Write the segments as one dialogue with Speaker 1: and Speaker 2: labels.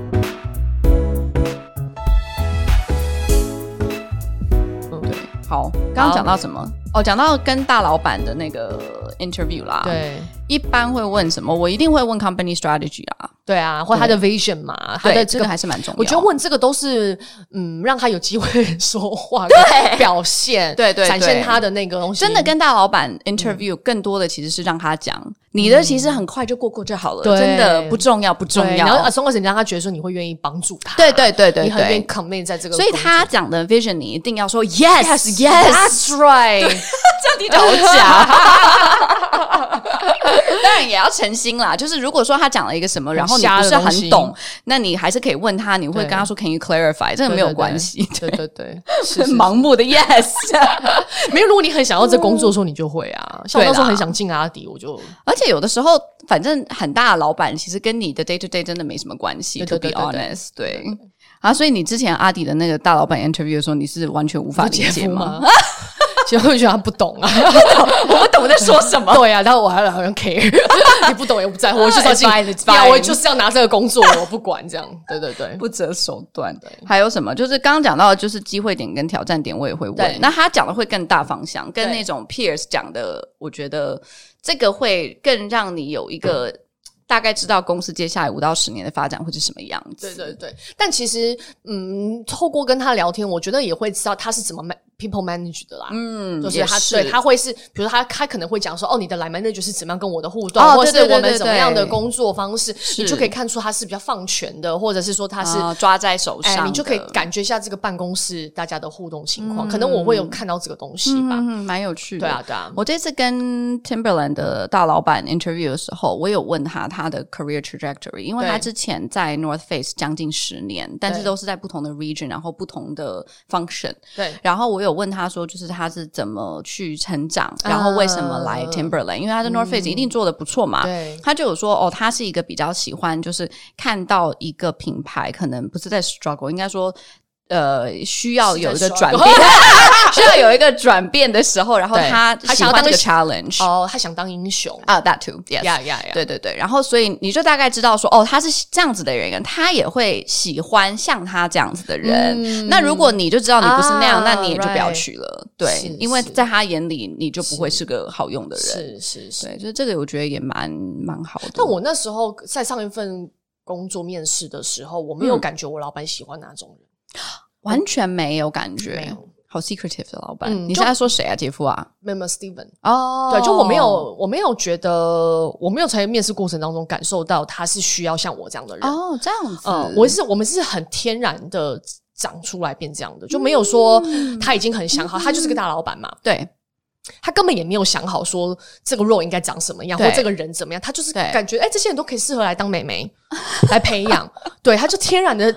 Speaker 1: 嗯刚讲到什么？哦，讲到跟大老板的那个 interview 啦。，
Speaker 2: 对
Speaker 1: 一般会问什么？我一定会问 company strategy 啊。
Speaker 2: 对啊，或他的 vision 嘛，他
Speaker 1: 对，
Speaker 2: 的
Speaker 1: 这
Speaker 2: 这
Speaker 1: 个
Speaker 2: 个
Speaker 1: 还是蛮重要。
Speaker 2: 我觉得问这个都是，嗯，让他有机会说话、对表现、
Speaker 1: 对对对
Speaker 2: 展现他的那个东西，
Speaker 1: 真的跟大老板 interview 更多的其实是让他讲、你的，其实很快就过过就好了，
Speaker 2: 对
Speaker 1: 真的不重要，不重
Speaker 2: 对
Speaker 1: 要。
Speaker 2: 然后呃 as long as 你让他觉得说你会愿意帮助他，
Speaker 1: 呃对对对对
Speaker 2: 你很愿意
Speaker 1: 对，
Speaker 2: commit 在这个工
Speaker 1: 所
Speaker 2: 作，
Speaker 1: 以他讲的 vision 你一定要说 yes
Speaker 2: yes
Speaker 1: yes，
Speaker 2: that's right，
Speaker 1: 这样你好假。 当然也要诚心啦，就是如果说他讲了一个什么，然后你不是很懂，那你还是可以问他，你会跟他说 Can you clarify？这个没有关系，
Speaker 2: 对对对，是
Speaker 1: 很盲目的 Yes。
Speaker 2: 没有。如果你很想要这工作的时候，你就会啊。像我
Speaker 1: 对啦
Speaker 2: 那时候很想进阿迪，我就
Speaker 1: 而且有的时候，反正很大的老板其实跟你的 day to day 真的没什么关系。
Speaker 2: 对
Speaker 1: To
Speaker 2: 对对
Speaker 1: be
Speaker 2: 对对
Speaker 1: honest，对啊，所以你之前阿迪的那个大老板 interview 的时候，你是完全无法理
Speaker 2: 姐
Speaker 1: 解
Speaker 2: 夫
Speaker 1: 吗？
Speaker 2: 吗？ 其实我就觉得他不懂啊，
Speaker 1: 我不懂在说什么。
Speaker 2: 对啊，但我还好像 care，你 不懂也不在乎，我就是要进
Speaker 1: It's fine, it's，
Speaker 2: 对啊
Speaker 1: fine
Speaker 2: 我就是要拿这个工作，我不管 这样，对对对，
Speaker 1: 不择手段。还有什么？就是刚刚讲到，的就是机会点跟挑战点，我也会
Speaker 2: 对
Speaker 1: 问。那他讲的会更大方向，跟
Speaker 2: 对
Speaker 1: 那种 peers 讲的，我觉得这个会更让你有一个
Speaker 2: 嗯
Speaker 1: 大概知道公司接下来五到十年的发展会是什么样子。
Speaker 2: 对对对，但其实，嗯，透过跟他聊天，我觉得也会知道他是怎么 man people manage 的啦。
Speaker 1: 嗯，
Speaker 2: 就是
Speaker 1: 也
Speaker 2: 他
Speaker 1: 是
Speaker 2: 对他会是，比如他他可能会讲说，哦，你的 line manager 是怎么样跟我的互动，
Speaker 1: 哦
Speaker 2: 或
Speaker 1: 对
Speaker 2: 者
Speaker 1: 对
Speaker 2: 是
Speaker 1: 对
Speaker 2: 我们
Speaker 1: 对
Speaker 2: 怎么样的
Speaker 1: 对
Speaker 2: 工作方式，你就可以看出他是比较放权的，或者是说他是。
Speaker 1: 啊抓在手
Speaker 2: 哎，
Speaker 1: 上，
Speaker 2: 你就可以。感觉一下这个办公室大家的互动情况，可能我会有看到这个东西吧。
Speaker 1: 嗯，蛮有趣的。
Speaker 2: 对啊，，对啊，
Speaker 1: 我这次跟 Timberland 的大老板 interview 的时候，我有问他他的 career trajectory，因为
Speaker 2: 对
Speaker 1: 他之前在 North Face 将近十年，但是
Speaker 2: 对
Speaker 1: 都是在不同的 region，然后不同的 function。
Speaker 2: 对
Speaker 1: 然后我有问他说，就是他是怎么去成长，然后为什么来 Timberland，因为他在 North Face 一定做的不错嘛。
Speaker 2: 啊嗯对
Speaker 1: 他就有说，哦，他是一个比较喜欢，就是看到一个品牌可能不是在 struggle，应该说，呃，需要有一个
Speaker 2: 是在
Speaker 1: 转
Speaker 2: struggle
Speaker 1: 变， 需要有一个转变的时候，然后
Speaker 2: 对
Speaker 1: 他
Speaker 2: 他
Speaker 1: 喜
Speaker 2: 想要
Speaker 1: 欢这
Speaker 2: 当
Speaker 1: 个
Speaker 2: 个
Speaker 1: challenge
Speaker 2: 哦，他想当英雄，
Speaker 1: 啊、t h a t too，yes，、
Speaker 2: 呀呀呀，
Speaker 1: 对对对，然后所以你就大概知道说，哦，他是这样子的人，他也会喜欢像他这样子的人。那如果你就知道你不是那
Speaker 2: 啊
Speaker 1: 样，那你也就不要
Speaker 2: right
Speaker 1: 去了。
Speaker 2: 是
Speaker 1: 对，因为
Speaker 2: 是
Speaker 1: 在他眼里，你就不会是个好用的人。
Speaker 2: 是是是。
Speaker 1: 对，所以这个我觉得也蛮蛮好的。
Speaker 2: 但我那时候在上一份工作面试的时候，我没有
Speaker 1: 嗯
Speaker 2: 感觉我老板喜欢哪种人，
Speaker 1: 完全没有感觉，
Speaker 2: 没有
Speaker 1: 好 secretive 的老板。
Speaker 2: 嗯
Speaker 1: 你是
Speaker 2: 就
Speaker 1: 在说谁啊，姐夫啊？
Speaker 2: 没有没有 Steven。
Speaker 1: 哦
Speaker 2: 对，就我没有，我没有觉得，我没有在面试过程当中感受到他是需要像我这样的人。
Speaker 1: 哦，这样子。
Speaker 2: 嗯，我是我们是很天然的长出来变这样的，就没有
Speaker 1: 嗯
Speaker 2: 说他已经很想好，他就是个大老板嘛，
Speaker 1: 对
Speaker 2: 他根本也没有想好说这个 role 应该长什么样，
Speaker 1: 对
Speaker 2: 或这个人怎么样，他就是
Speaker 1: 对
Speaker 2: 感觉哎、这些人都可以适合来当美眉来培养，对，他就天然的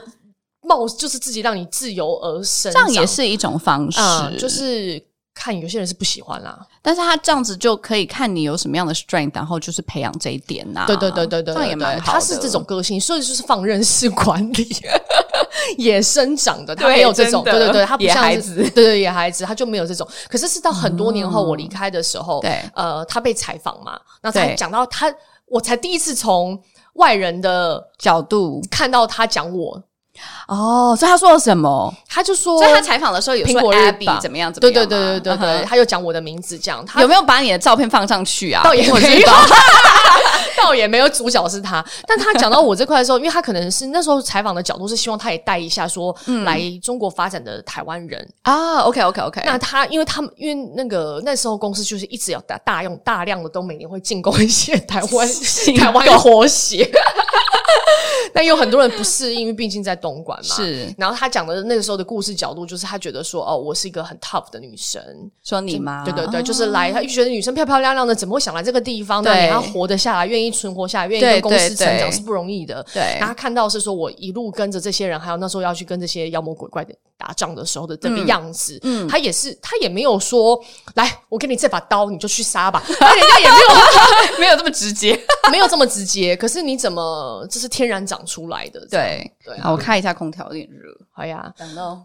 Speaker 2: 冒，就是自己让你自由而生
Speaker 1: 这
Speaker 2: 长，
Speaker 1: 样也是一种方式，
Speaker 2: 啊、就是看有些人是不喜欢啦，
Speaker 1: 但是他这样子就可以看你有什么样的 strength，然后就是培养这一点呐、
Speaker 2: 对对对对对，
Speaker 1: 这样也
Speaker 2: 对
Speaker 1: 蛮好的。
Speaker 2: 他是这种个性，所以就是放任式管理。 野生长的，他
Speaker 1: 对
Speaker 2: 没有这种，
Speaker 1: 真
Speaker 2: 对
Speaker 1: 的
Speaker 2: 对对，他不像是
Speaker 1: 野孩子
Speaker 2: 对对野孩子，他就没有这种。可是是到很多年后我离开的时候，
Speaker 1: 嗯对
Speaker 2: 呃，他被采访嘛，那才
Speaker 1: 对
Speaker 2: 讲到他，我才第一次从外人的
Speaker 1: 角度
Speaker 2: 看到他讲我，
Speaker 1: 哦，所以他说了什么？
Speaker 2: 他就说，
Speaker 1: 所以他采访的时候有
Speaker 2: 苹
Speaker 1: 说
Speaker 2: 果日
Speaker 1: Abby
Speaker 2: 报
Speaker 1: 怎么样怎么
Speaker 2: 对
Speaker 1: 样
Speaker 2: 对
Speaker 1: 吗，
Speaker 2: 对对对对，
Speaker 1: 嗯哼
Speaker 2: 他就讲我的名字，这样他
Speaker 1: 有没有把你的照片放上去啊？
Speaker 2: 倒也
Speaker 1: 苹果日
Speaker 2: 没有
Speaker 1: 报
Speaker 2: 倒也没有主角是他，但他讲到我这块的时候，因为他可能是那时候采访的角度是希望他也带一下说来中国发展的台湾人。
Speaker 1: 啊，OK OK OK，
Speaker 2: 那他因为他们因为那个那时候公司就是一直要大大用大量的都每年会进攻一些台湾 台湾的活血， 但有很多人不适应，因为毕竟在东莞嘛。。
Speaker 1: 是
Speaker 2: 然后他讲的那个时候的故事角度，就是他觉得说，哦，我是一个很 tough 的女生，
Speaker 1: 说你吗？
Speaker 2: 对对 对，就是来，他就觉得女生漂漂亮亮的，怎么会想来这个地方呢？
Speaker 1: 对
Speaker 2: 你要活得下来，愿意存活下来，愿意
Speaker 1: 对
Speaker 2: 跟公司
Speaker 1: 对
Speaker 2: 成
Speaker 1: 对
Speaker 2: 长是不容易的。
Speaker 1: 对
Speaker 2: 然后他看到是说我一路跟着这些人，还有那时候要去跟这些妖魔鬼怪的打仗的时候的这个样子，嗯，他也是，他也没有说来，我给你这把刀，你就去杀吧，他人家也没
Speaker 1: 没有这么直接。
Speaker 2: 有没有这么直接。可是你怎么这是天然长出来的？这样，
Speaker 1: 对
Speaker 2: 对啊
Speaker 1: 好，我开一下空调，有点热。
Speaker 2: 哎呀，
Speaker 1: 等到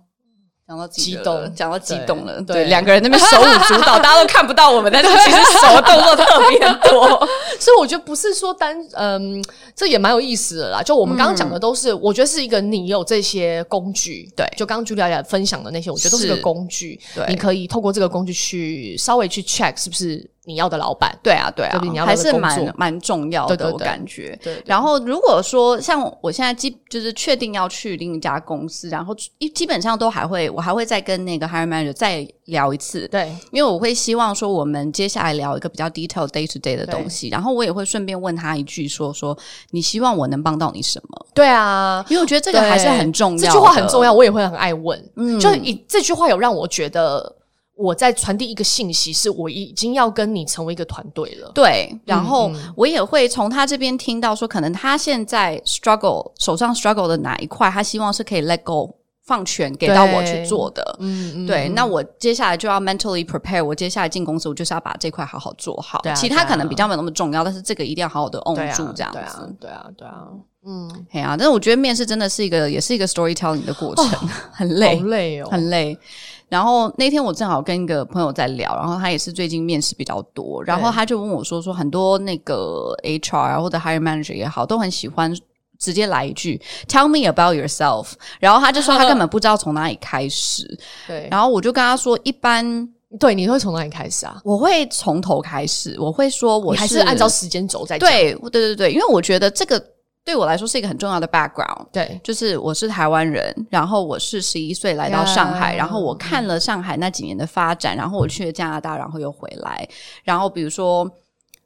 Speaker 1: 讲到激
Speaker 2: 激动
Speaker 1: 讲到激动了，
Speaker 2: 对
Speaker 1: 对，
Speaker 2: 对
Speaker 1: 两个人那边手舞足 蹈，大家都看不到我们，但是其实手的动作特别多。
Speaker 2: 所以我觉得不是说单嗯，这也蛮有意思的啦。就我们刚刚讲的都是，我觉得是一个你有这些工具，
Speaker 1: 嗯对
Speaker 2: 就刚刚朱莉娅分享的那些，我觉得都是
Speaker 1: 是
Speaker 2: 个工具，
Speaker 1: 对
Speaker 2: 你可以透过这个工具去稍微去 check 是不是你要的老板，
Speaker 1: 对啊，对啊
Speaker 2: 对不对你，要
Speaker 1: 还
Speaker 2: 聊的
Speaker 1: 是
Speaker 2: 工作
Speaker 1: 蛮蛮重要
Speaker 2: 对
Speaker 1: 的，
Speaker 2: 对
Speaker 1: 我
Speaker 2: 对
Speaker 1: 感觉。
Speaker 2: 对
Speaker 1: 然后，如果说像我现在基就是确定要去另一家公司，然后一基本上都还会，我还会再跟那个 hiring manager 再聊一次，
Speaker 2: 对
Speaker 1: 因为我会希望说我们接下来聊一个比较 detail day to day 的东西，然后我也会顺便问他一句说说你希望我能帮到你什么？
Speaker 2: 对啊，
Speaker 1: 因为我觉得这个还是很重要的，
Speaker 2: 这句话很重要，我也会很爱问。
Speaker 1: 嗯
Speaker 2: 就以这句话有让我觉得我在传递一个信息，是我已经要跟你成为一个团队了。
Speaker 1: 对，然
Speaker 2: 嗯
Speaker 1: 后我也会从他这边听到说，可能他现在 struggle 手上 struggle 的哪一块，他希望是可以 let go 放权给到我去做的。
Speaker 2: 嗯，嗯
Speaker 1: 对，那我接下来就要 mentally prepare。我接下来进公司，我就是要把这块好好做好。
Speaker 2: 对啊
Speaker 1: 其
Speaker 2: 对
Speaker 1: 他
Speaker 2: 啊
Speaker 1: 可能比较没有那么重要，但是这个一定要好好的 own
Speaker 2: 对啊
Speaker 1: 住，这样
Speaker 2: 对
Speaker 1: 子。
Speaker 2: 啊，对啊，对啊，嗯，
Speaker 1: 哎呀、但是我觉得面试真的是一个，也是一个 storytelling 的过程， 很累
Speaker 2: 哦好，累哦，
Speaker 1: 很累。然后那天我正好跟一个朋友在聊，然后他也是最近面试比较多，然后他就问我说说很多那个 HR 啊或者 hire manager 也好，都很喜欢。直接来一句 “Tell me about yourself”，然后 他就说他根本不知道从哪里开始，
Speaker 2: 对，
Speaker 1: 然后我就跟他说，一般
Speaker 2: 对，你会从哪里开始啊？
Speaker 1: 我会从头开始，我会说我
Speaker 2: 你还是按照时间轴在讲
Speaker 1: 对对对对，因为我觉得这个对我来说是一个很重要的 background，
Speaker 2: 对
Speaker 1: 就是我是台湾人，然后我是十一岁来到上海
Speaker 2: Yeah
Speaker 1: 然后我看了上海那几年的发展，然后我去了加拿大，然后又回来，然后比如说，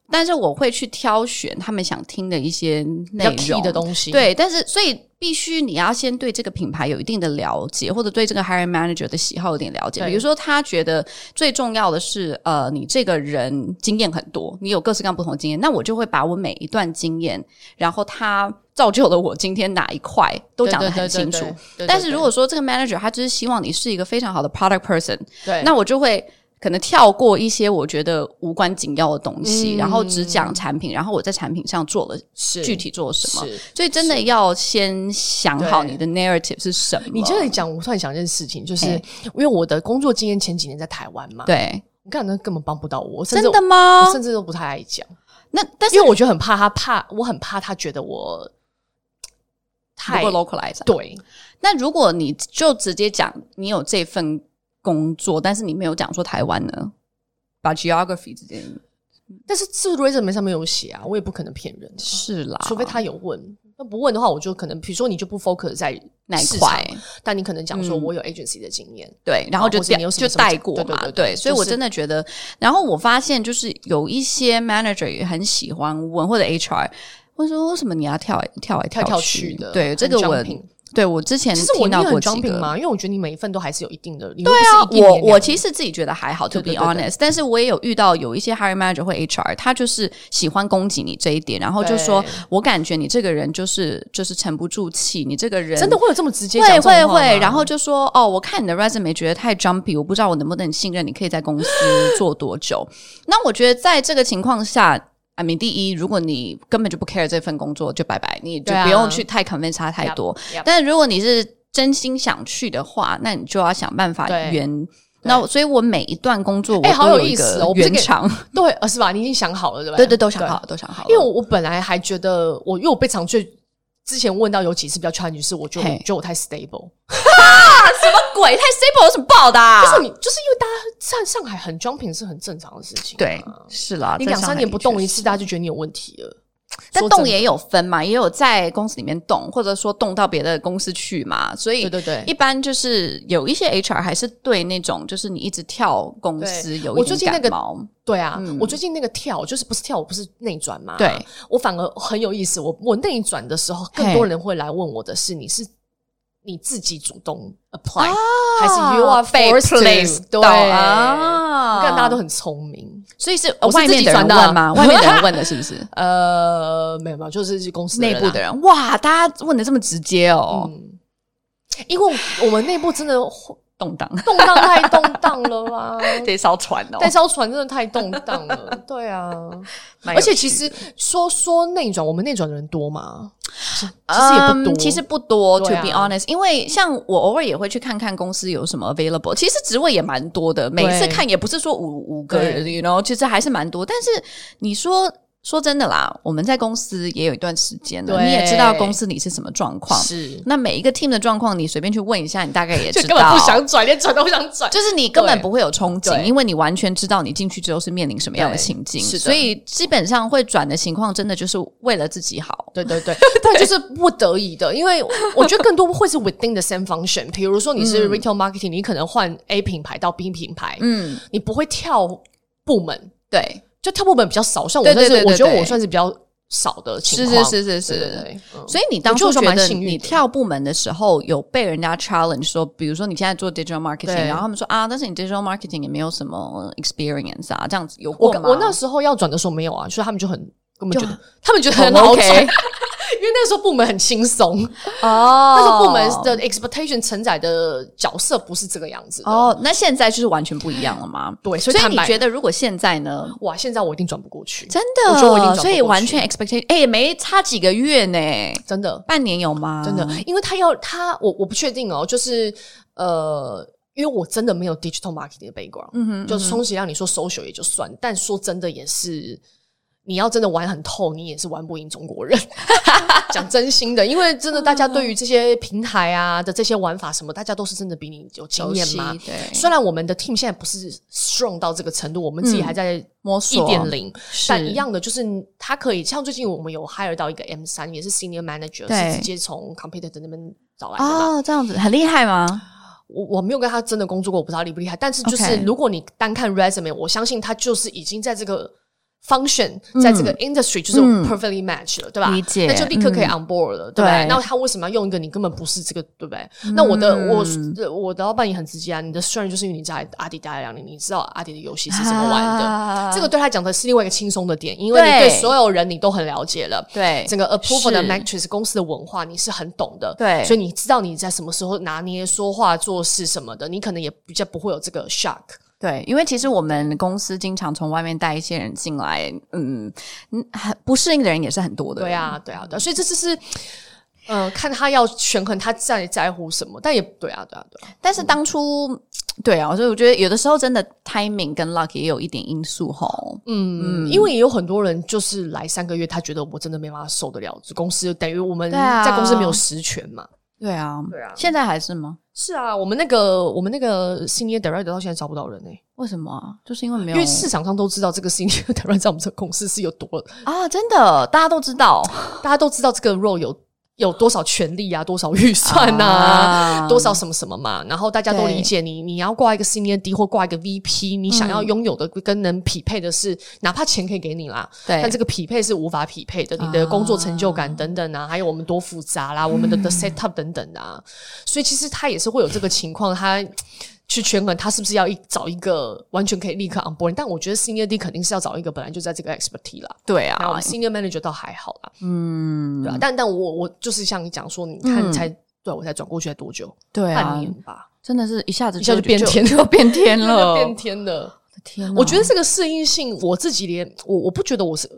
Speaker 1: 但是我会去挑选他们想听的一些
Speaker 2: 比
Speaker 1: 内
Speaker 2: 较 key
Speaker 1: 容
Speaker 2: 的东西，
Speaker 1: 对，但是所以必须你要先对这个品牌有一定的了解，或者对这个 hiring manager 的喜好有点了解。
Speaker 2: 对
Speaker 1: 比如说，他觉得最重要的是，呃，你这个人经验很多，你有各式各样不同的经验，那我就会把我每一段经验，然后他造就了我今天哪一块都
Speaker 2: 对，
Speaker 1: 讲得
Speaker 2: 对
Speaker 1: 很清。楚
Speaker 2: 对。对对对对对
Speaker 1: 但是如果说这个 manager 他就是希望你是一个非常好的 product person，
Speaker 2: 对
Speaker 1: 那我就会可能跳过一些我觉得无关紧要的东西，
Speaker 2: 嗯
Speaker 1: 然后只讲产品，然后我在产品上做了
Speaker 2: 是
Speaker 1: 具体做了什么。
Speaker 2: 是
Speaker 1: 所以真的要先想好你的 narrative 是什么。
Speaker 2: 你这里讲，我突然想一件事情，就是
Speaker 1: 嗯嘿
Speaker 2: 因为我的工作经验前几年在台湾嘛，
Speaker 1: 对
Speaker 2: 我看那根本帮不到我，甚
Speaker 1: 真
Speaker 2: 至
Speaker 1: 的吗
Speaker 2: 我？甚至都不太爱讲，
Speaker 1: 那但是
Speaker 2: 因为我觉得很怕他怕，我很怕他觉得我太
Speaker 1: 不够 localize 啊、
Speaker 2: 对
Speaker 1: 那如果你就直接讲你有这份工作，但是你没有讲说台湾呢，把 geography 这件
Speaker 2: 但是这 resume 上面有写啊，我也不可能骗人啊、
Speaker 1: 是啦，
Speaker 2: 除非他有问。那不问的话，我就可能，比如说你就不 focus 在
Speaker 1: 那一
Speaker 2: 市
Speaker 1: 块
Speaker 2: 场但你可能讲说
Speaker 1: 嗯
Speaker 2: 我有 agency 的经验，
Speaker 1: 对，然后就
Speaker 2: 或者
Speaker 1: 掉
Speaker 2: 你有什
Speaker 1: 就
Speaker 2: 么
Speaker 1: 带过
Speaker 2: 什么
Speaker 1: 嘛，
Speaker 2: 对对对对
Speaker 1: 所以我
Speaker 2: 就是
Speaker 1: 真的觉得，然后我发现就是有一些 manager 也很喜欢问或者 HR。问说为什么你要跳来跳来
Speaker 2: 跳来跳
Speaker 1: 去
Speaker 2: 去的，
Speaker 1: 对，
Speaker 2: 很
Speaker 1: 这个我
Speaker 2: jumping
Speaker 1: 对我之前
Speaker 2: 其实我
Speaker 1: 听
Speaker 2: 你
Speaker 1: 到
Speaker 2: 很
Speaker 1: 过几
Speaker 2: jumping
Speaker 1: 个
Speaker 2: 吗？因为我觉得你每一份都还是有一定的，对啊
Speaker 1: 我我其实自己觉得还好，to
Speaker 2: 对
Speaker 1: be
Speaker 2: 对对对
Speaker 1: honest。但是我也有遇到有一些 hiring manager 或 HR，他就是喜欢攻击你这一点，然后就说
Speaker 2: 对
Speaker 1: 我感觉你这个人就是就是沉不住气，你这个人
Speaker 2: 真的。会有这么直接讲
Speaker 1: 会
Speaker 2: 这种
Speaker 1: 会
Speaker 2: 话吗
Speaker 1: 会，然后就说哦，我看你的 resume 觉得太 jumpy，我不知道我能不能信任你可以在公司做多久。 那我觉得在这个情况下，I mean，第一，如果你根本就不 care 这份工作，就拜拜，你就
Speaker 2: 对啊
Speaker 1: 不用去太 convince 他太多。
Speaker 2: Yep, yep
Speaker 1: 但如果你是真心想去的话，那你就要想办法
Speaker 2: 对
Speaker 1: 圆。那所以，我每一段工作我
Speaker 2: 哎好
Speaker 1: 都
Speaker 2: 有
Speaker 1: 一
Speaker 2: 意思
Speaker 1: 个
Speaker 2: 哦我不是
Speaker 1: 圆
Speaker 2: 给
Speaker 1: 场，
Speaker 2: 对，呃是吧？你已经想好了，对吧？
Speaker 1: 对对，都想好，了，都想好了。
Speaker 2: 因为我我本来还觉得我，因为我被常最之前问到有几次比较 challenge，是我觉得我
Speaker 1: 嘿
Speaker 2: 觉得我太 stable，
Speaker 1: 鬼太 simple 有什么不好的啊、
Speaker 2: 就是你就是因为大家上上海很 jumping 是很正常的事情、啊
Speaker 1: 对，是啦，
Speaker 2: 你
Speaker 1: 在
Speaker 2: 两
Speaker 1: 上海
Speaker 2: 三年不
Speaker 1: 的确
Speaker 2: 动一
Speaker 1: 是
Speaker 2: 次，大家就觉得你有问题了。
Speaker 1: 但
Speaker 2: 说
Speaker 1: 动
Speaker 2: 真的
Speaker 1: 也有分嘛，也有在公司里面动，或者说动到别的公司去嘛，所以
Speaker 2: 对对对
Speaker 1: 一般就是有一些 HR 还是对那种就是你一直跳公司
Speaker 2: 对
Speaker 1: 有
Speaker 2: 我
Speaker 1: 一
Speaker 2: 最
Speaker 1: 点
Speaker 2: 近那
Speaker 1: 感
Speaker 2: 个
Speaker 1: 冒，
Speaker 2: 对啊，我最近那个跳就是不是跳，我不是内转嘛，
Speaker 1: 嗯对，
Speaker 2: 我反而很有意思。我我内转的时候，更多人会来问我的是，你是你自己主动
Speaker 1: 啊
Speaker 2: apply，、还是 you are
Speaker 1: 被
Speaker 2: forced to？
Speaker 1: placed
Speaker 2: 对
Speaker 1: 到啊
Speaker 2: 我看大家都很聪明。
Speaker 1: 所以是呃
Speaker 2: 我是
Speaker 1: 外面
Speaker 2: 自己
Speaker 1: 的
Speaker 2: 转
Speaker 1: 人
Speaker 2: 的啊
Speaker 1: 问吗？外面的人问的是不是
Speaker 2: 呃，没有没有，就是公司
Speaker 1: 内
Speaker 2: 人啊
Speaker 1: 部的
Speaker 2: 嗯
Speaker 1: 人？哇，大家问的这么直接哦，
Speaker 2: 因为我们内部真的
Speaker 1: 动 荡，
Speaker 2: 动荡太动荡了 啦。
Speaker 1: 这艘船哦，
Speaker 2: 那艘船真的太动荡了，对啊，
Speaker 1: 蛮有
Speaker 2: 而且
Speaker 1: 趣
Speaker 2: 其实说说内转，我们内转的人多吗？其实也不多，
Speaker 1: 嗯，其实不多。To
Speaker 2: 对啊
Speaker 1: be honest，因为像我偶尔也会去看看公司有什么 available，其实职位也蛮多的。每次看也不是说五五个人
Speaker 2: 对
Speaker 1: ，you know，其实还是蛮多。但是你说说真的啦，我们在公司也有一段时间了，
Speaker 2: 对
Speaker 1: 你也知道公司里是什么状况。
Speaker 2: 是，
Speaker 1: 那每一个 team 的状况，你随便去问一下，你大概也
Speaker 2: 就
Speaker 1: 知道。
Speaker 2: 根本不想转，连转都不想转。
Speaker 1: 就是你根本不会有憧憬，
Speaker 2: 对
Speaker 1: 因为你完全知道你进去之后是面临什么样的情境，
Speaker 2: 对是的
Speaker 1: 所以基本上会转的情况，真的就是为了自己好。
Speaker 2: 对对对，但就是不得已的，因为我觉得更多会是 within the same function。比如说你是 retail marketing，、你可能换 A 品牌到 B 品牌，
Speaker 1: 嗯，
Speaker 2: 你不会跳部门，
Speaker 1: 对，
Speaker 2: 就跳部门比较少。像我
Speaker 1: 对
Speaker 2: 算
Speaker 1: 对
Speaker 2: 是，
Speaker 1: 对对
Speaker 2: 我觉得
Speaker 1: 对
Speaker 2: 我算是比较少的情
Speaker 1: 是
Speaker 2: 况。
Speaker 1: 是是是是。
Speaker 2: 对对对嗯
Speaker 1: 所以你当初
Speaker 2: 我就
Speaker 1: 觉
Speaker 2: 觉得
Speaker 1: 得
Speaker 2: 蛮幸运的
Speaker 1: 你跳部门的时候，有被人家 challenge 说，比如说你现在做 digital marketing，
Speaker 2: 对
Speaker 1: 然后他们说啊，但是你 digital marketing 也没有什么 experience 啊，这样子有
Speaker 2: 我
Speaker 1: 过吗？
Speaker 2: 我那时候要转的时候没有啊，所以他们就很根本觉得他们觉得
Speaker 1: 很
Speaker 2: 很好
Speaker 1: OK
Speaker 2: 转， 因为那时候部门很轻松，
Speaker 1: 哦，
Speaker 2: 那时候部门的 expectation 承载的角色不是这个样子的。
Speaker 1: 哦，那现在就是完全不一样了吗？
Speaker 2: 对，所
Speaker 1: 所
Speaker 2: 以坦
Speaker 1: 以你
Speaker 2: 白
Speaker 1: 觉得如果现在呢？
Speaker 2: 哇，现在我一定转不过去，
Speaker 1: 真的，
Speaker 2: 我觉得我一定转不
Speaker 1: 所以
Speaker 2: 过去
Speaker 1: 完全 expectation，哎、没差几个月呢，
Speaker 2: 真的
Speaker 1: 半年有吗？
Speaker 2: 真的，因为他要他，我我不确定哦，就是呃，因为我真的没有 digital marketing 的 background，嗯哼，就是充其量你说 social 也就算，但说真的也是。你要真的玩很透，你也是玩不赢中国人。 讲真心的，因为真的大家对于这些平台啊的这些玩法什么，大家都是真的比你有经
Speaker 1: 熟
Speaker 2: 验
Speaker 1: 悉
Speaker 2: 嘛。
Speaker 1: 对，
Speaker 2: 虽然我们的 team 现在不是 strong 到这个程度，我们自己还在
Speaker 1: 嗯摸
Speaker 2: 一
Speaker 1: 索
Speaker 2: 点零，
Speaker 1: 是
Speaker 2: 但一样的就是它可以像最近我们有 hire 到一个 M 三，也是 senior manager，
Speaker 1: 对
Speaker 2: 是直接从 computer 那边找来的嘛。
Speaker 1: 哦，这样子很厉害吗？
Speaker 2: 我我没有跟他真的工作过，我不知道厉不厉害。但是就是
Speaker 1: OK
Speaker 2: 如果你单看 resume，我相信他就是已经在这个 function，在这个 industry 就是
Speaker 1: 嗯
Speaker 2: perfectly match 了，对吧？
Speaker 1: 理解嗯
Speaker 2: 那就立刻可以 on board 了，对不对
Speaker 1: 对？嗯
Speaker 2: 那他为什么要用一个你根本不是这个，对不对？那我的我呃我的老板也很直接啊，你的 strength 就是因为你在阿迪待了两年，你知道阿迪的游戏是怎么玩的。
Speaker 1: 啊
Speaker 2: 这个对他讲的是另外一个轻松的点，因为你
Speaker 1: 对
Speaker 2: 对所有人你都很了解了。
Speaker 1: 对
Speaker 2: 整个 approval 的
Speaker 1: 是
Speaker 2: matrix 公司的文化你是很懂的，
Speaker 1: 对
Speaker 2: 所以你知道你在什么时候拿捏说话做事什么的，你可能也比较不会有这个 shock。
Speaker 1: 对，因为其实我们公司经常从外面带一些人进来，嗯，嗯很不适应的人也是很多的。
Speaker 2: 对，啊，对啊，对啊，所以这就是。呃，看他要权衡他在在乎什么，但也对啊，对啊，对啊，
Speaker 1: 但是当初、对啊，所以我觉得有的时候真的 timing 跟 luck 也有一点因素吼。
Speaker 2: 嗯，因为也有很多人就是来三个月，他觉得我真的没办法受得了，公司等于我们
Speaker 1: 对啊
Speaker 2: 在公司没有实权嘛，
Speaker 1: 对啊，
Speaker 2: 对啊
Speaker 1: 现在还是吗？
Speaker 2: 是啊，我们那个我们那个 senior director 到现在找不到人呢、
Speaker 1: 为什么啊？就是因为没
Speaker 2: 因
Speaker 1: 有
Speaker 2: 为市场上都知道这个 senior director 在我们这个公司是有多
Speaker 1: 啊，真的大家都知 道
Speaker 2: 大家都知道这个 role 有有多少权利啊，多少预算呐、
Speaker 1: 啊
Speaker 2: 多少什么什么嘛，然后大家都
Speaker 1: 对
Speaker 2: 理解你，你要挂一个 senior D 或挂一个 VP，你想要拥有的跟能匹配的是，哪怕钱可以给你啦，
Speaker 1: 嗯对啊
Speaker 2: 但这个匹配是无法匹配的，你的工作成就感等等啊，还有我们多复杂啦，我们的的 set up 等等啊，所以其实他也是会有这个情况，他。去权衡他是不是要一找一个完全可以立刻 on board，但我觉得 senior D 肯定是要找一个本来就在这个 expertise 啦，
Speaker 1: 对
Speaker 2: 然后我
Speaker 1: 啊
Speaker 2: 们，senior manager 倒还好啦，嗯，对啊，但但我我就是像你讲说，你看才、对啊我才转过去才多久，
Speaker 1: 嗯对啊
Speaker 2: 半，年吧，
Speaker 1: 真的是一下子
Speaker 2: 一下就变天
Speaker 1: 就变天 了，
Speaker 2: 变天了。
Speaker 1: 天哪！
Speaker 2: 我觉得这个适应性，我自己连我我不觉得我是，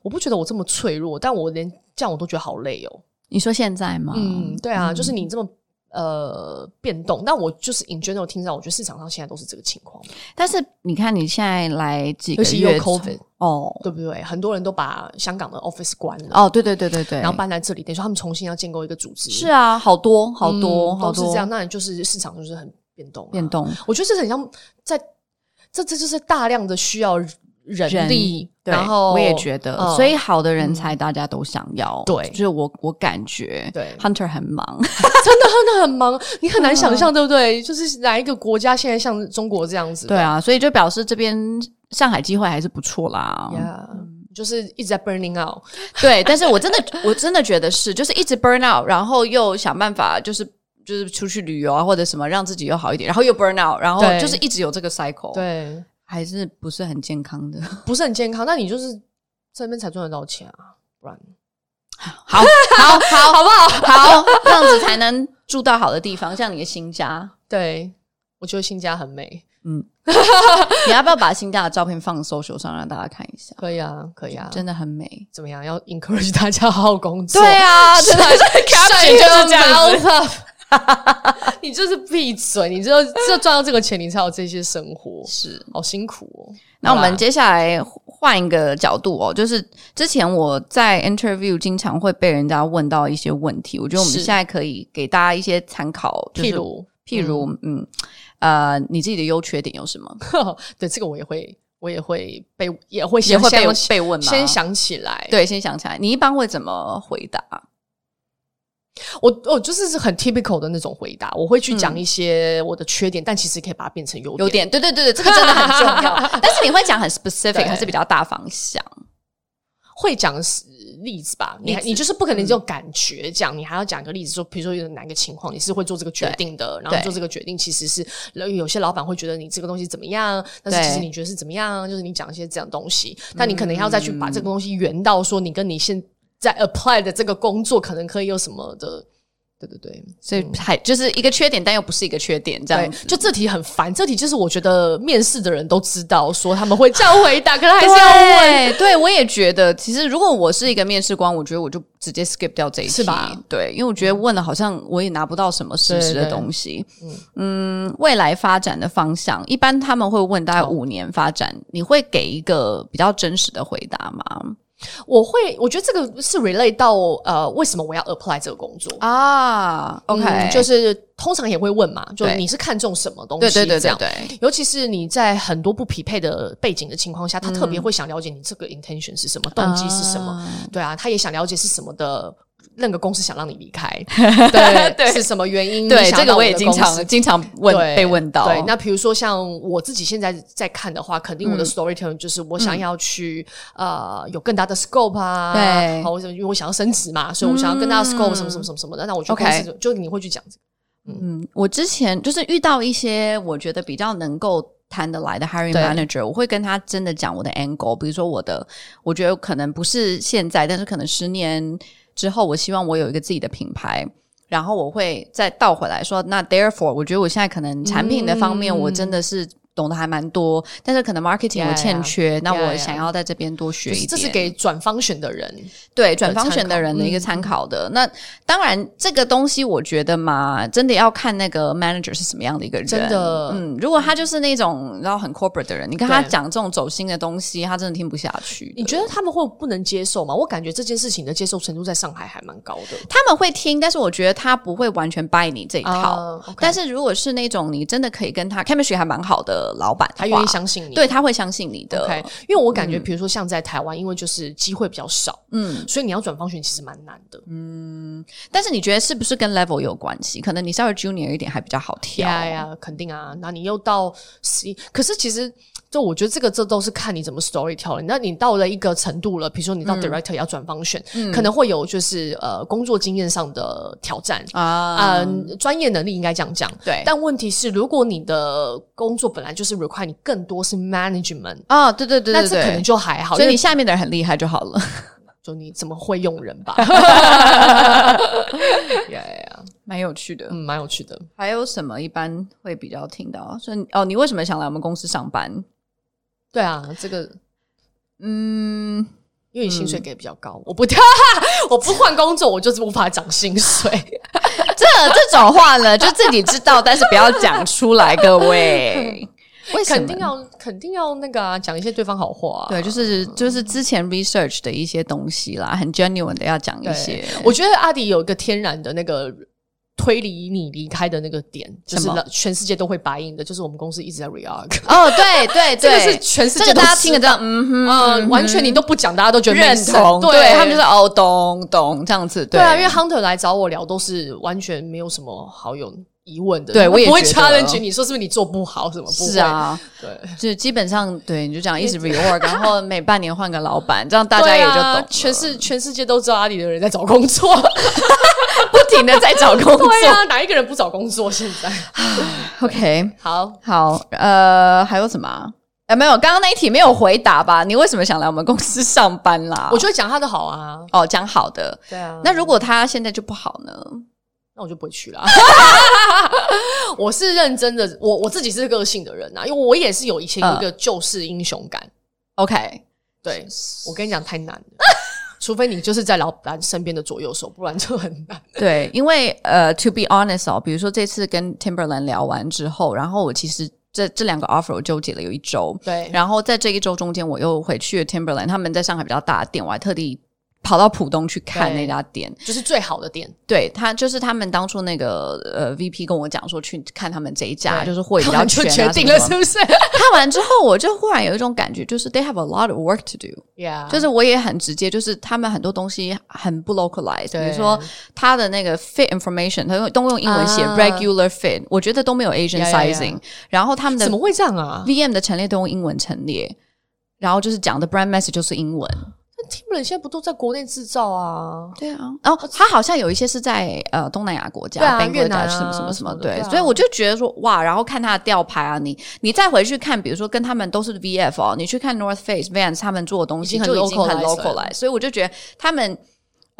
Speaker 2: 我不觉得我这么脆弱，但我连这样我都觉得好累哦。
Speaker 1: 你说现在吗？
Speaker 2: 嗯，对啊，就是你这么。呃，变动，但我就是 in general 听到，我觉得市场上现在都是这个情况，
Speaker 1: 但是你看你现在来几个
Speaker 2: 尤其有
Speaker 1: 月
Speaker 2: COVID，
Speaker 1: 哦
Speaker 2: 对不对？很多人都把香港的 office 关了，
Speaker 1: 哦，对对对对对，
Speaker 2: 然后搬来这里，等于说他们重新要建构一个组织，
Speaker 1: 是啊，好多好多、
Speaker 2: 嗯
Speaker 1: 好
Speaker 2: 都是
Speaker 1: 多
Speaker 2: 这样，那你就是市场就是很变动、啊
Speaker 1: 变。动，
Speaker 2: 我觉得这很像在这这就是大量的需要人力，
Speaker 1: 对
Speaker 2: 然后
Speaker 1: 我也觉得，
Speaker 2: 嗯
Speaker 1: 所以好的人才大家都想要，
Speaker 2: 对
Speaker 1: 就是我我感觉
Speaker 2: 对
Speaker 1: ，Hunter 很忙，
Speaker 2: 真的真的很忙，你很难想
Speaker 1: 嗯
Speaker 2: 象，对不对？就是哪一个国家现在像中国这样子？
Speaker 1: 对啊，所以就表示这边上海机会还是不错啦，
Speaker 2: 呀。就是一直在 burning out，
Speaker 1: 对，但是我真的我真的觉得是，就是一直 burn out，然后又想办法就是就是出去旅游啊或者什么让自己又好一点，然后又 burn out，然后
Speaker 2: 对
Speaker 1: 就是一直有这个 cycle，，
Speaker 2: 对，
Speaker 1: 还是不是很健康的。
Speaker 2: 不是很健康。那你就是在那边才赚得到钱啊，不然
Speaker 1: 好，好， 好，好不好？好，这样子才能住到好的地方，像你的新家。
Speaker 2: 对我觉得新家很美，
Speaker 1: 你要不要把新家的照片放 social 上让大家看一下？
Speaker 2: 可以啊，可以啊，
Speaker 1: 真的很美。
Speaker 2: 怎么样？要 encourage 大家好好工作。
Speaker 1: 啊，真的是
Speaker 2: Shut your mouth up 你就是闭嘴，你就就赚到这个钱，你才有这些生活，
Speaker 1: 是。
Speaker 2: 好辛苦哦。
Speaker 1: 那我
Speaker 2: 好
Speaker 1: 们
Speaker 2: 啦
Speaker 1: 接下来换一个角度哦，就是之前我在 interview 经常会被人家问到一些问题，我觉得我们
Speaker 2: 是
Speaker 1: 现在可以给大家一些参考，就是
Speaker 2: 譬如，
Speaker 1: 譬如嗯呃，你自己的优缺点有什 么？
Speaker 2: 对这个我也会，我也会被，也会
Speaker 1: 也
Speaker 2: 先
Speaker 1: 会
Speaker 2: 先
Speaker 1: 被被问吗？
Speaker 2: 先想起来。，
Speaker 1: 对，先想起来，你一般会怎么回答？
Speaker 2: 我我就是很 typical 的那种回答，我会去
Speaker 1: 嗯
Speaker 2: 讲一些我的缺点，但其实可以把它变成优
Speaker 1: 有
Speaker 2: 点。
Speaker 1: 点对对对对，这个真的很重 要。但是你会讲很 specific，
Speaker 2: 对
Speaker 1: 还是比较大方向？
Speaker 2: 会讲是例子吧，你还
Speaker 1: 例子嗯
Speaker 2: 你就是不可能只有感觉讲，你还要讲个例子，说比如说有哪个情况你是会做这个决定的，然后
Speaker 1: 对
Speaker 2: 做这个决定其实是有些老板会觉得你这个东西怎么样，但是
Speaker 1: 对
Speaker 2: 其实你觉得是怎么样，就是你讲一些这样东西，但你可能要再去把
Speaker 1: 嗯
Speaker 2: 这个东西圆到说你跟你现在 apply 的这个工作可能可以有什么的，对对对，
Speaker 1: 所以还就是一个缺点，但又不是一个缺点，这样
Speaker 2: 对
Speaker 1: 子，
Speaker 2: 就这题很烦，这题就是我觉得面试的人都知道说他们会这样 回答，可是还是要问。
Speaker 1: 对，对我也觉得，其实如果我是一个面试官，我觉得我就直接 skip 掉这一题，
Speaker 2: 是吧？嗯
Speaker 1: 对，因为我觉得问了好像我也拿不到什么实质的
Speaker 2: 对对
Speaker 1: 东西。嗯，未来发展的方向，一般他们会问大概五年发展，你会给一个比较真实的回答吗？
Speaker 2: 我会，我觉得这个是 relate 到呃，为什么我要 apply 这个工作
Speaker 1: 啊，OK，、
Speaker 2: 嗯就是通常也会问嘛，就
Speaker 1: 对
Speaker 2: 你是看重什么东西？
Speaker 1: 对对对
Speaker 2: 这
Speaker 1: 对
Speaker 2: 样。
Speaker 1: 对，
Speaker 2: 尤其是你在很多不匹配的背景的情况下，他特别会想了解你这个 intention 是什么，动机是什么。
Speaker 1: 啊
Speaker 2: 对啊，他也想了解是什么的那个公司想让你离 开，对，
Speaker 1: 对
Speaker 2: 是什么原因？你
Speaker 1: 对，
Speaker 2: 想
Speaker 1: 这个
Speaker 2: 让
Speaker 1: 我
Speaker 2: 的
Speaker 1: 也经
Speaker 2: 公司
Speaker 1: 常经常问
Speaker 2: 对
Speaker 1: 被问到。
Speaker 2: 对，那比如说像我自己现在在看的话，肯定我
Speaker 1: 嗯
Speaker 2: 的 storytelling 就是我想要去、呃有更大的 scope 啊，
Speaker 1: 对
Speaker 2: 好，我想因为我想要升职嘛，所以我想要更大的 scope 什么什么什么什么的，那我就
Speaker 1: OK
Speaker 2: 公司就就你会去讲这个，
Speaker 1: 嗯，我之前就是遇到一些我觉得比较能够谈得来的 hiring
Speaker 2: 对
Speaker 1: manager，我会跟他真的讲我的 angle，比如说我的，我觉得可能不是现在，但是可能十年之后，我希望我有一个自己的品牌。然后我会再倒回来说，那 therefore，我觉得我现在可能产品的方面，
Speaker 2: 嗯
Speaker 1: 我真的是懂得还蛮多，但是可能 marketing
Speaker 2: Yeah,
Speaker 1: 我欠缺
Speaker 2: yeah.
Speaker 1: 那
Speaker 2: Yeah,
Speaker 1: 我
Speaker 2: yeah.
Speaker 1: 想要在这边多学
Speaker 2: 就
Speaker 1: 一
Speaker 2: 是
Speaker 1: 点。
Speaker 2: 这是给转方选的人，
Speaker 1: 对转方
Speaker 2: 参
Speaker 1: 选的
Speaker 2: 考
Speaker 1: 人的一个
Speaker 2: 嗯
Speaker 1: 参考的。那当然，这个东西我觉得嘛，真的要看那个 manager 是什么样的一个人。
Speaker 2: 真的
Speaker 1: 嗯，如果他就是那种然后很 corporate 的人，你跟他
Speaker 2: 对
Speaker 1: 讲这种走心的东西，他真的听不下去。
Speaker 2: 你觉得他们会不能接受吗？我感觉这件事情的接受程度在上海还蛮高的，
Speaker 1: 他们会听，但是我觉得他不会完全掰你这一套。
Speaker 2: 啊，OK
Speaker 1: 但是如果是那种你真的可以跟他 chemistry 还蛮好的老板的话，
Speaker 2: 他愿意相信你，
Speaker 1: 对他会相信你的。嗯
Speaker 2: OK，因为我感觉，比如说像在台湾，因为就是机会比较少，嗯，所以你要转方选其实蛮难的。
Speaker 1: 但是你觉得是不是跟 level 有关系？可能你稍微 junior 一点还比较好挑。
Speaker 2: 呀呀，肯定啊。那你又到十一，可是其实就我觉得这个这都是看你怎么 story tell。那你到了一个程度了，比如说你
Speaker 1: 嗯
Speaker 2: 到 director 要转方选，可能会有就是呃工作经验上的挑战。
Speaker 1: 啊，
Speaker 2: 嗯，专业能力应该这样讲，
Speaker 1: 对
Speaker 2: 但问题是，如果你的工作本来就是 require 你更多是 management，
Speaker 1: 啊，对对对对
Speaker 2: 那
Speaker 1: 对，
Speaker 2: 这可能就还好，
Speaker 1: 所
Speaker 2: 因
Speaker 1: 以你
Speaker 2: 为
Speaker 1: 下面的人很厉害就好了。
Speaker 2: 就你怎么会用人吧？ 呀呀呀，
Speaker 1: 蛮有趣的
Speaker 2: 嗯，蛮有趣的。
Speaker 1: 还有什么一般会比较听到啊？所以哦，你为什么想来我们公司上班？
Speaker 2: 对啊，这个
Speaker 1: 嗯，
Speaker 2: 因为你薪水给比较高，我不 我不换工作，我就是无法涨薪水。
Speaker 1: 这这种话呢，就自己知道，但是不要讲出来，各位。 为什么
Speaker 2: 肯定要肯定要那个啊，讲一些对方好话、啊。
Speaker 1: 对，就是就是之前 research 的一些东西啦，很 genuine 的要讲一
Speaker 2: 对
Speaker 1: 些。
Speaker 2: 我觉得阿迪有一个天然的那个推离你离开的那个点，就是
Speaker 1: 什么
Speaker 2: 全世界都会白应的，就是我们公司一直在 reorg，
Speaker 1: 哦，对对
Speaker 2: 这个
Speaker 1: 对，
Speaker 2: 是全世
Speaker 1: 这
Speaker 2: 界
Speaker 1: 个
Speaker 2: 都
Speaker 1: 大家听得
Speaker 2: 得
Speaker 1: 到，嗯哼，
Speaker 2: 嗯，完全你都不讲，大家都觉得没
Speaker 1: 认
Speaker 2: 事
Speaker 1: 同，
Speaker 2: 对
Speaker 1: 他们就是哦，懂懂这样子，
Speaker 2: 对啊，因为 Hunter 来找我聊都是完全没有什么好有疑问的，
Speaker 1: 对
Speaker 2: 他
Speaker 1: 我也
Speaker 2: 不会
Speaker 1: 觉得
Speaker 2: challenge 你说是不是你做不好什么，不会
Speaker 1: 是，啊，
Speaker 2: 对。
Speaker 1: 就基本上对，你就这样一直 reorg，然后每半年换个老板，这样大家
Speaker 2: 对
Speaker 1: 也就懂
Speaker 2: 啊
Speaker 1: 了、
Speaker 2: 全世全世界都知道阿里的人在找工 作，
Speaker 1: 不停的在找工 作。
Speaker 2: 对啊，哪一个人不找工作？现在
Speaker 1: OK，
Speaker 2: 好，
Speaker 1: 好，呃，还有什么啊？呃，没有，刚刚那一题没有回答吧？你为什么想来我们公司上班啦？
Speaker 2: 我就会讲他的好啊，
Speaker 1: 哦，讲好的。
Speaker 2: 对啊
Speaker 1: 那如果他现在就不好呢？
Speaker 2: 那我就不会 去啦。我是认真的，我我自己是个性的人啊呐、因为我也是有以前有一个救世英雄感。
Speaker 1: OK，
Speaker 2: 对我跟你讲，太难了， 除非你就是在老板身边的左右手，不然就很 难。
Speaker 1: 对，因为呃，to be honest 哦，比如说这次跟 Timberland 聊完之后，然后我其实这这两个 offer 我纠结了有一周，
Speaker 2: 对，
Speaker 1: 然后在这一周中间，我又回去了 Timberland，他们在上海比较大的店，我还特地跑到浦东去看
Speaker 2: 对
Speaker 1: 那家店。
Speaker 2: 就是最好的店，
Speaker 1: 对他，就是他们当初那个呃 VP 跟我讲说去看他们这一家，
Speaker 2: 对
Speaker 1: 就是货也比
Speaker 2: 他
Speaker 1: 较
Speaker 2: 们就
Speaker 1: 全、啊、
Speaker 2: 决定了，
Speaker 1: 什么 什么
Speaker 2: 是不是
Speaker 1: 看完之后，我就忽然有一种感觉，就是 they have a lot of work to do。
Speaker 2: ？Yeah，
Speaker 1: 就是我也很直接，就是他们很多东西很不 localized，比
Speaker 2: 啊对
Speaker 1: 如说他的那个 fit information，他用都用英文写
Speaker 2: 啊
Speaker 1: regular fit，我觉得都没有 Asian
Speaker 2: Yeah, yeah,
Speaker 1: sizing。然后他们的
Speaker 2: 怎么会这样啊？
Speaker 1: VM 的陈列都用英文陈列，然后就是讲的 brand message 就是英文。
Speaker 2: 那 t i m b e r 现在不都在国内制造啊？
Speaker 1: 对啊，然后他好像有一些是在呃东南亚国家，
Speaker 2: 对啊
Speaker 1: Bangladesh
Speaker 2: 越南啊
Speaker 1: 什么什么什
Speaker 2: 什么
Speaker 1: 么，
Speaker 2: 的
Speaker 1: 对，
Speaker 2: 对啊
Speaker 1: 所以我就觉得说哇，然后看他的吊牌啊，你你再回去看，比如说跟他们都是 VF 哦，你去看 North Face、Vans 他们做的东西
Speaker 2: 已经
Speaker 1: 很
Speaker 2: 就
Speaker 1: local 很
Speaker 2: localized
Speaker 1: local 来，所以我就觉得他们。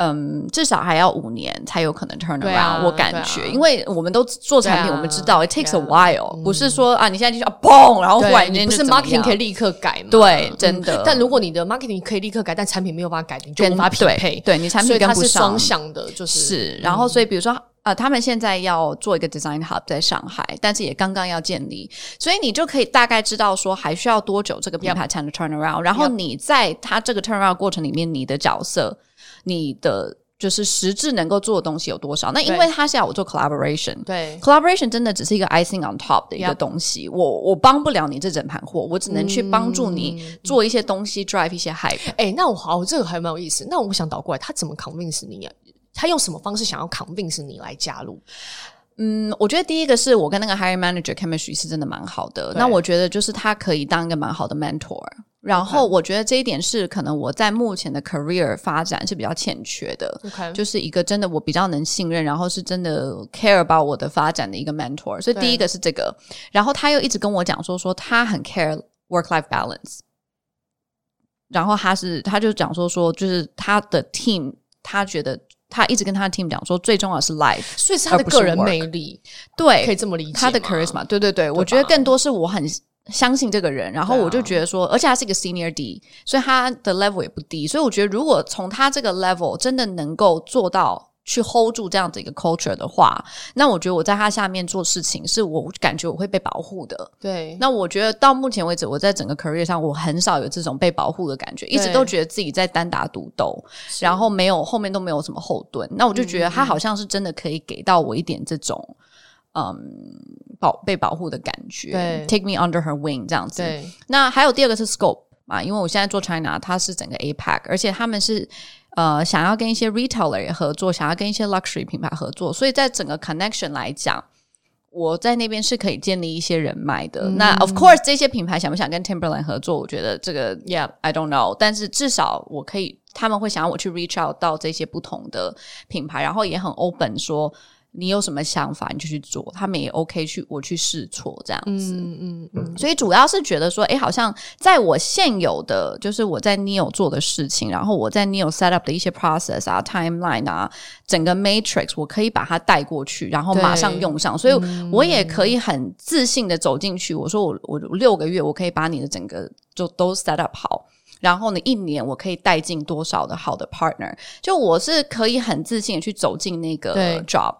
Speaker 1: 嗯，至少还要五年才有可能 turn
Speaker 2: 对
Speaker 1: around，、
Speaker 2: 啊
Speaker 1: 我感
Speaker 2: 对啊
Speaker 1: 觉，因为我们都做产品，
Speaker 2: 对啊
Speaker 1: 我们知道 it takes a while，、
Speaker 2: 嗯
Speaker 1: 不是说啊，你现在就去啊嘣，然后忽
Speaker 2: 对
Speaker 1: 然
Speaker 2: 你
Speaker 1: 间
Speaker 2: 不
Speaker 1: 就是怎么
Speaker 2: marketing
Speaker 1: 样
Speaker 2: 可以立刻改嘛？
Speaker 1: 对
Speaker 2: 嗯
Speaker 1: 真的
Speaker 2: 但如果你的 marketing 可以立刻改，但产品没有办法改，你就无
Speaker 1: 跟
Speaker 2: 法匹配
Speaker 1: 对，。对你产
Speaker 2: 所
Speaker 1: 品
Speaker 2: 以
Speaker 1: 跟
Speaker 2: 它
Speaker 1: 不
Speaker 2: 是
Speaker 1: 上
Speaker 2: 双，向的，就是
Speaker 1: 是，然后所以比如说。呃，他们现在要做一个 design hub 在上海，但是也刚刚要建立，所以你就可以大概知道说还需要多久这个品牌才能 turn around。然后
Speaker 2: Yep
Speaker 1: 你在它这个 turn around 过程里面，你的角色、你的就是实质能够做的东西有多少？那因为
Speaker 2: 对
Speaker 1: 它是要我做 collaboration，
Speaker 2: 对
Speaker 1: collaboration 真的只是一个 icing on top 的一个
Speaker 2: Yep
Speaker 1: 东西。我我帮不了你这整盘货，我只能去帮助你做一些东西、drive 一些 hype。
Speaker 2: 哎、那我好，这个还蛮有意思。那我想倒过来，他怎么 convince 你啊？他用什么方式想要 convince 你来加入？
Speaker 1: 嗯，我觉得第一个是我跟那个 hiring manager chemistry 是真的蛮好的。
Speaker 2: 对
Speaker 1: 那我觉得就是他可以当一个蛮好的 mentor。然后我觉得这一点是可能我在目前的 career 发展是比较欠缺的。
Speaker 2: OK，就
Speaker 1: 就是一个真的我比较能信任，然后是真的 care about 我的发展的一个 mentor，所以
Speaker 2: 对
Speaker 1: 第一个是这个，然后他又一直跟我讲说说他很 care work life balance，然后他是他就讲说说就是他的 team，他觉得他一直跟他的 team 讲说最重要的是 life，
Speaker 2: 所以是他的
Speaker 1: 而不是
Speaker 2: 个人
Speaker 1: work
Speaker 2: 魅力，
Speaker 1: 对
Speaker 2: 可以这么理解吗。
Speaker 1: 他的 charisma，对对对，我觉得更多是我很相信这个人，然后
Speaker 2: 对啊
Speaker 1: 我就觉得说，而且他是一个 senior D，所以他的 level 也不低，所以我觉得如果从他这个 level 真的能够做到去 hold 住这样子一个 culture 的话，那我觉得我在他下面做事情，是我感觉我会被保护的。
Speaker 2: 对，
Speaker 1: 那我觉得到目前为止，我在整个 career 上，我很少有这种被保护的感觉，一直都觉得自己在单打独斗，然后没有后面都没有什么后盾。那我就
Speaker 2: 嗯
Speaker 1: 觉得他好像是真的可以给到我一点这种，嗯，保被保护的感觉
Speaker 2: 对
Speaker 1: ，take me under her wing 这样子。
Speaker 2: 对
Speaker 1: 那还有第二个是 scope 嘛，因为我现在做 China，它是整个 APAC，而且他们是呃想要跟一些 retailer 也合作，想要跟一些 luxury 品牌合作，所以在整个 connection 来讲。我在那边是可以建立一些人脉的。
Speaker 2: 嗯
Speaker 1: 那 of course，这些品牌想不想跟 Timberland 合作，我觉得这个
Speaker 2: ，Yeah，
Speaker 1: I don't know，但是至少我可以，他们会想要我去 reach out 到这些不同的品牌，然后也很 open 说你有什么想法你就去做，他们也 OK 去我去试错这样子。
Speaker 2: 嗯嗯嗯，
Speaker 1: 所以主要是觉得说，诶，好像在我现有的就是我在 Neo 做的事情，然后我在 Neo set up 的一些 process 啊、timeline 啊，整个 matrix 我可以把它带过去，然后马上用上，所以我也可以很自信的走进去。我说我我我六个月我可以把你的整个就都 set up 好。然后呢，一年我可以带进多少的好的 partner？就我是可以很自信的去走进那个
Speaker 2: 对
Speaker 1: job，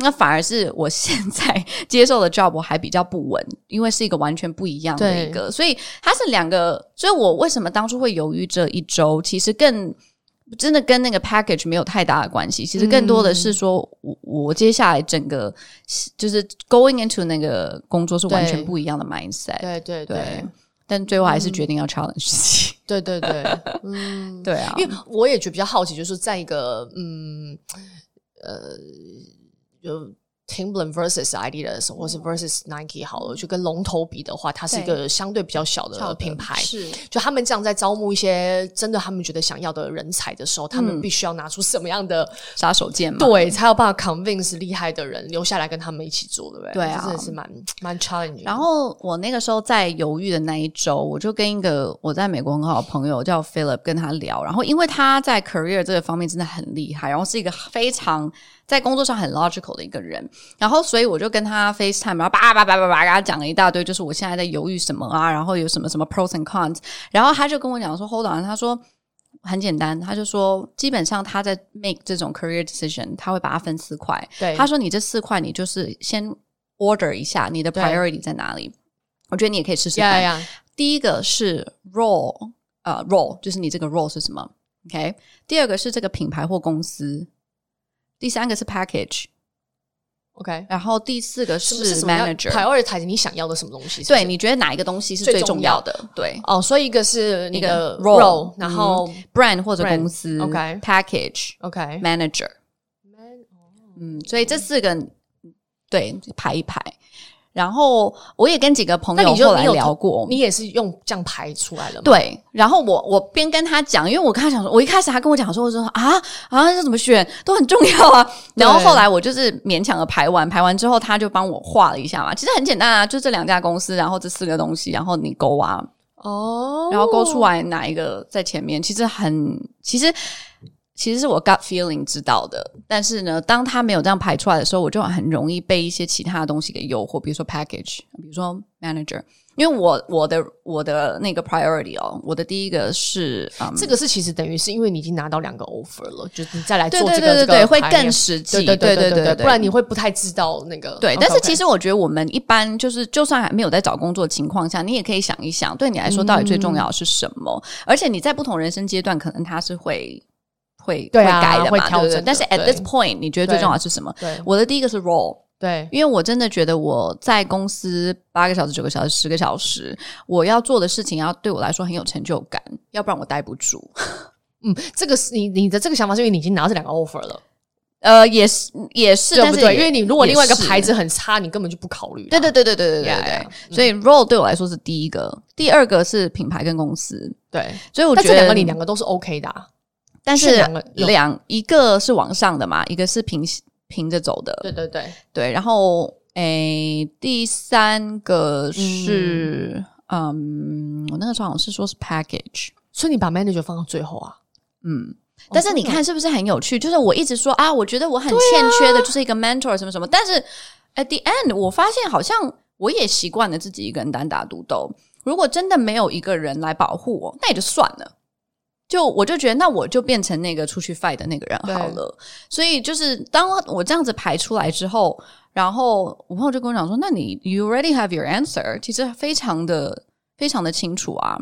Speaker 1: 那反而是我现在接受的 job 我还比较不稳，因为是一个完全不一样的一个，所以它是两个，所以我为什么当初会犹豫这一周，其实更真的跟那个 package 没有太大的关系，其实更多的是说、
Speaker 2: 嗯
Speaker 1: 我我接下来整个就是 going into 那个工作是完全
Speaker 2: 对
Speaker 1: 不一样的 mindset，
Speaker 2: 对对
Speaker 1: 对
Speaker 2: 对
Speaker 1: 但最后还是决定要 challenge 自己，
Speaker 2: 对对对，嗯，
Speaker 1: 对啊，
Speaker 2: 因为我也觉得比较好奇，就是在一个嗯呃有 Timberland versus Adidas 或是 versus Nike 好了，就跟龙头比的话，它是一个相对比较小的品牌。
Speaker 1: 是
Speaker 2: 就他们这样在招募一些真的他们觉得想要的人才的时候，他
Speaker 1: 嗯
Speaker 2: 们必须要拿出什么样 的、
Speaker 1: 杀手锏嘛，
Speaker 2: 对，才有办法 convince 厉害的人留下来跟他们一起做，对不对？
Speaker 1: 对啊
Speaker 2: 这真的是蛮蛮 challenging。
Speaker 1: 然后我那个时候在犹豫的那一周，我就跟一个我在美国很好的朋友叫 Philip 跟他聊，然后因为他在 career 这个方面真的很厉害，然后是一个非常在工作上很 logical 的一个人。然后，所以我就跟他 FaceTime，然后叭叭叭叭叭跟他讲了一大堆，就是我现在在犹豫什么啊，然后有什么什么 pros and cons。然后他就跟我讲说，Hold on，他说很简单，他就说基本上他在 make 这种 career decision，他会把它分四块。
Speaker 2: 对，
Speaker 1: 他说你这四块，你就是先 order 一下你的
Speaker 2: 对
Speaker 1: priority 在哪里。我觉得你也可以试试看。
Speaker 2: 呀呀，
Speaker 1: 第一个是 role，呃，role 就是你这个 role 是什么？OK。第二个是这个品牌或公司，第三个是 package，
Speaker 2: OK，
Speaker 1: 然后第四个
Speaker 2: 是不是
Speaker 1: 是
Speaker 2: 什么
Speaker 1: manager。
Speaker 2: prioritize 你想要的什么东西？是不
Speaker 1: 对，
Speaker 2: 是
Speaker 1: 你觉得哪一个东西是
Speaker 2: 最
Speaker 1: 最
Speaker 2: 重
Speaker 1: 重要的？对
Speaker 2: 哦，所以一个是你
Speaker 1: 一个
Speaker 2: 的
Speaker 1: 嗯 role，
Speaker 2: 然后
Speaker 1: ，brand 或者
Speaker 2: Brand，
Speaker 1: 公司
Speaker 2: OK
Speaker 1: package
Speaker 2: OK，
Speaker 1: manager。嗯，
Speaker 2: 哦
Speaker 1: 所以这四个对排一排。然后我也跟几个朋
Speaker 2: 那
Speaker 1: 友
Speaker 2: 你就
Speaker 1: 后来
Speaker 2: 你有
Speaker 1: 聊过，
Speaker 2: 你也是用这样排出来的吗？
Speaker 1: 对，然后我我边跟他讲，因为我跟他讲说，我一开始他跟我讲说，我就说啊啊，这怎么选都很重要啊。然后
Speaker 2: 对
Speaker 1: 后来我就是勉强的排完，排完之后他就帮我画了一下嘛。其实很简单啊，就这两家公司，然后这四个东西，然后你勾啊，
Speaker 2: 哦，
Speaker 1: 然后勾出来哪一个在前面，其实很其实。其实是我 gut feeling 知道的，但是呢，当他没有这样排出来的时候，我就很容易被一些其他的东西给诱惑，比如说 package，比如说 manager，因为我我的我的那个 priority 哦，我的第一个是嗯，
Speaker 2: 这个是其实等于是因为你已经拿到两个 offer 了，就是你再来做
Speaker 1: 对
Speaker 2: 这个
Speaker 1: 对对对
Speaker 2: 这个
Speaker 1: 对，会
Speaker 2: 排列
Speaker 1: 更实际，
Speaker 2: 对对
Speaker 1: 对
Speaker 2: 对
Speaker 1: 对，
Speaker 2: 不然你会不太知道那个。
Speaker 1: 对，
Speaker 2: OK，
Speaker 1: 但是
Speaker 2: OK
Speaker 1: 其实我觉得我们一般就是，就算还没有在找工作的情况下，你也可以想一想，对你来说到底最
Speaker 2: 嗯
Speaker 1: 重要的是什么。而且你在不同人生阶段，可能它是会会
Speaker 2: 对啊
Speaker 1: 会改的
Speaker 2: 会
Speaker 1: 嘛，
Speaker 2: 调
Speaker 1: 对不对
Speaker 2: 整的？
Speaker 1: 但是 at
Speaker 2: 对
Speaker 1: this point，你觉得最重要的是什么？
Speaker 2: 对
Speaker 1: 我的第一个是 role，
Speaker 2: 对
Speaker 1: 因为我真的觉得我在公司八个小时、九个小时、十个小时，我要做的事情要对我来说很有成就感，要不然我待不住。
Speaker 2: 嗯，这个是你你的这个想法是因为你已经拿到这两个 offer 了，
Speaker 1: 呃，也是也是，
Speaker 2: 对
Speaker 1: 但
Speaker 2: 不
Speaker 1: 是
Speaker 2: 对？
Speaker 1: 也
Speaker 2: 因为你如果另外一个
Speaker 1: 也是
Speaker 2: 牌子很差，你根本就不考虑啦。
Speaker 1: 对对对对对对对对
Speaker 2: Yeah, yeah,
Speaker 1: 所以 role 对我来说是第一个，第二个是品牌跟公司。
Speaker 2: 对，
Speaker 1: 所以我觉
Speaker 2: 但
Speaker 1: 得
Speaker 2: 这两个你两个都是 OK 的啊。
Speaker 1: 但是
Speaker 2: 是两个有
Speaker 1: 两一个是往上的嘛，一个是平平着走的，
Speaker 2: 对对对，
Speaker 1: 对然后诶，第三个是嗯我那个时候好像是说是 package，
Speaker 2: 所以你把 manager 放到最后啊。哦
Speaker 1: 嗯。但是你
Speaker 2: 真的啊
Speaker 1: 看是不是很有趣？就是我一直说啊，我觉得我很欠缺的就是一个 mentor 什么什么，但是 at the end 我发现好像我也习惯了自己一个人单打独斗。如果真的没有一个人来保护我，那也就算了。就我就觉得，那我就变成那个出去 fight 的那个人
Speaker 2: 对
Speaker 1: 好了。所以就是当我这样子排出来之后，然后我朋友就跟我讲说：“那你 you already have your answer，其实非常的非常的清楚啊。”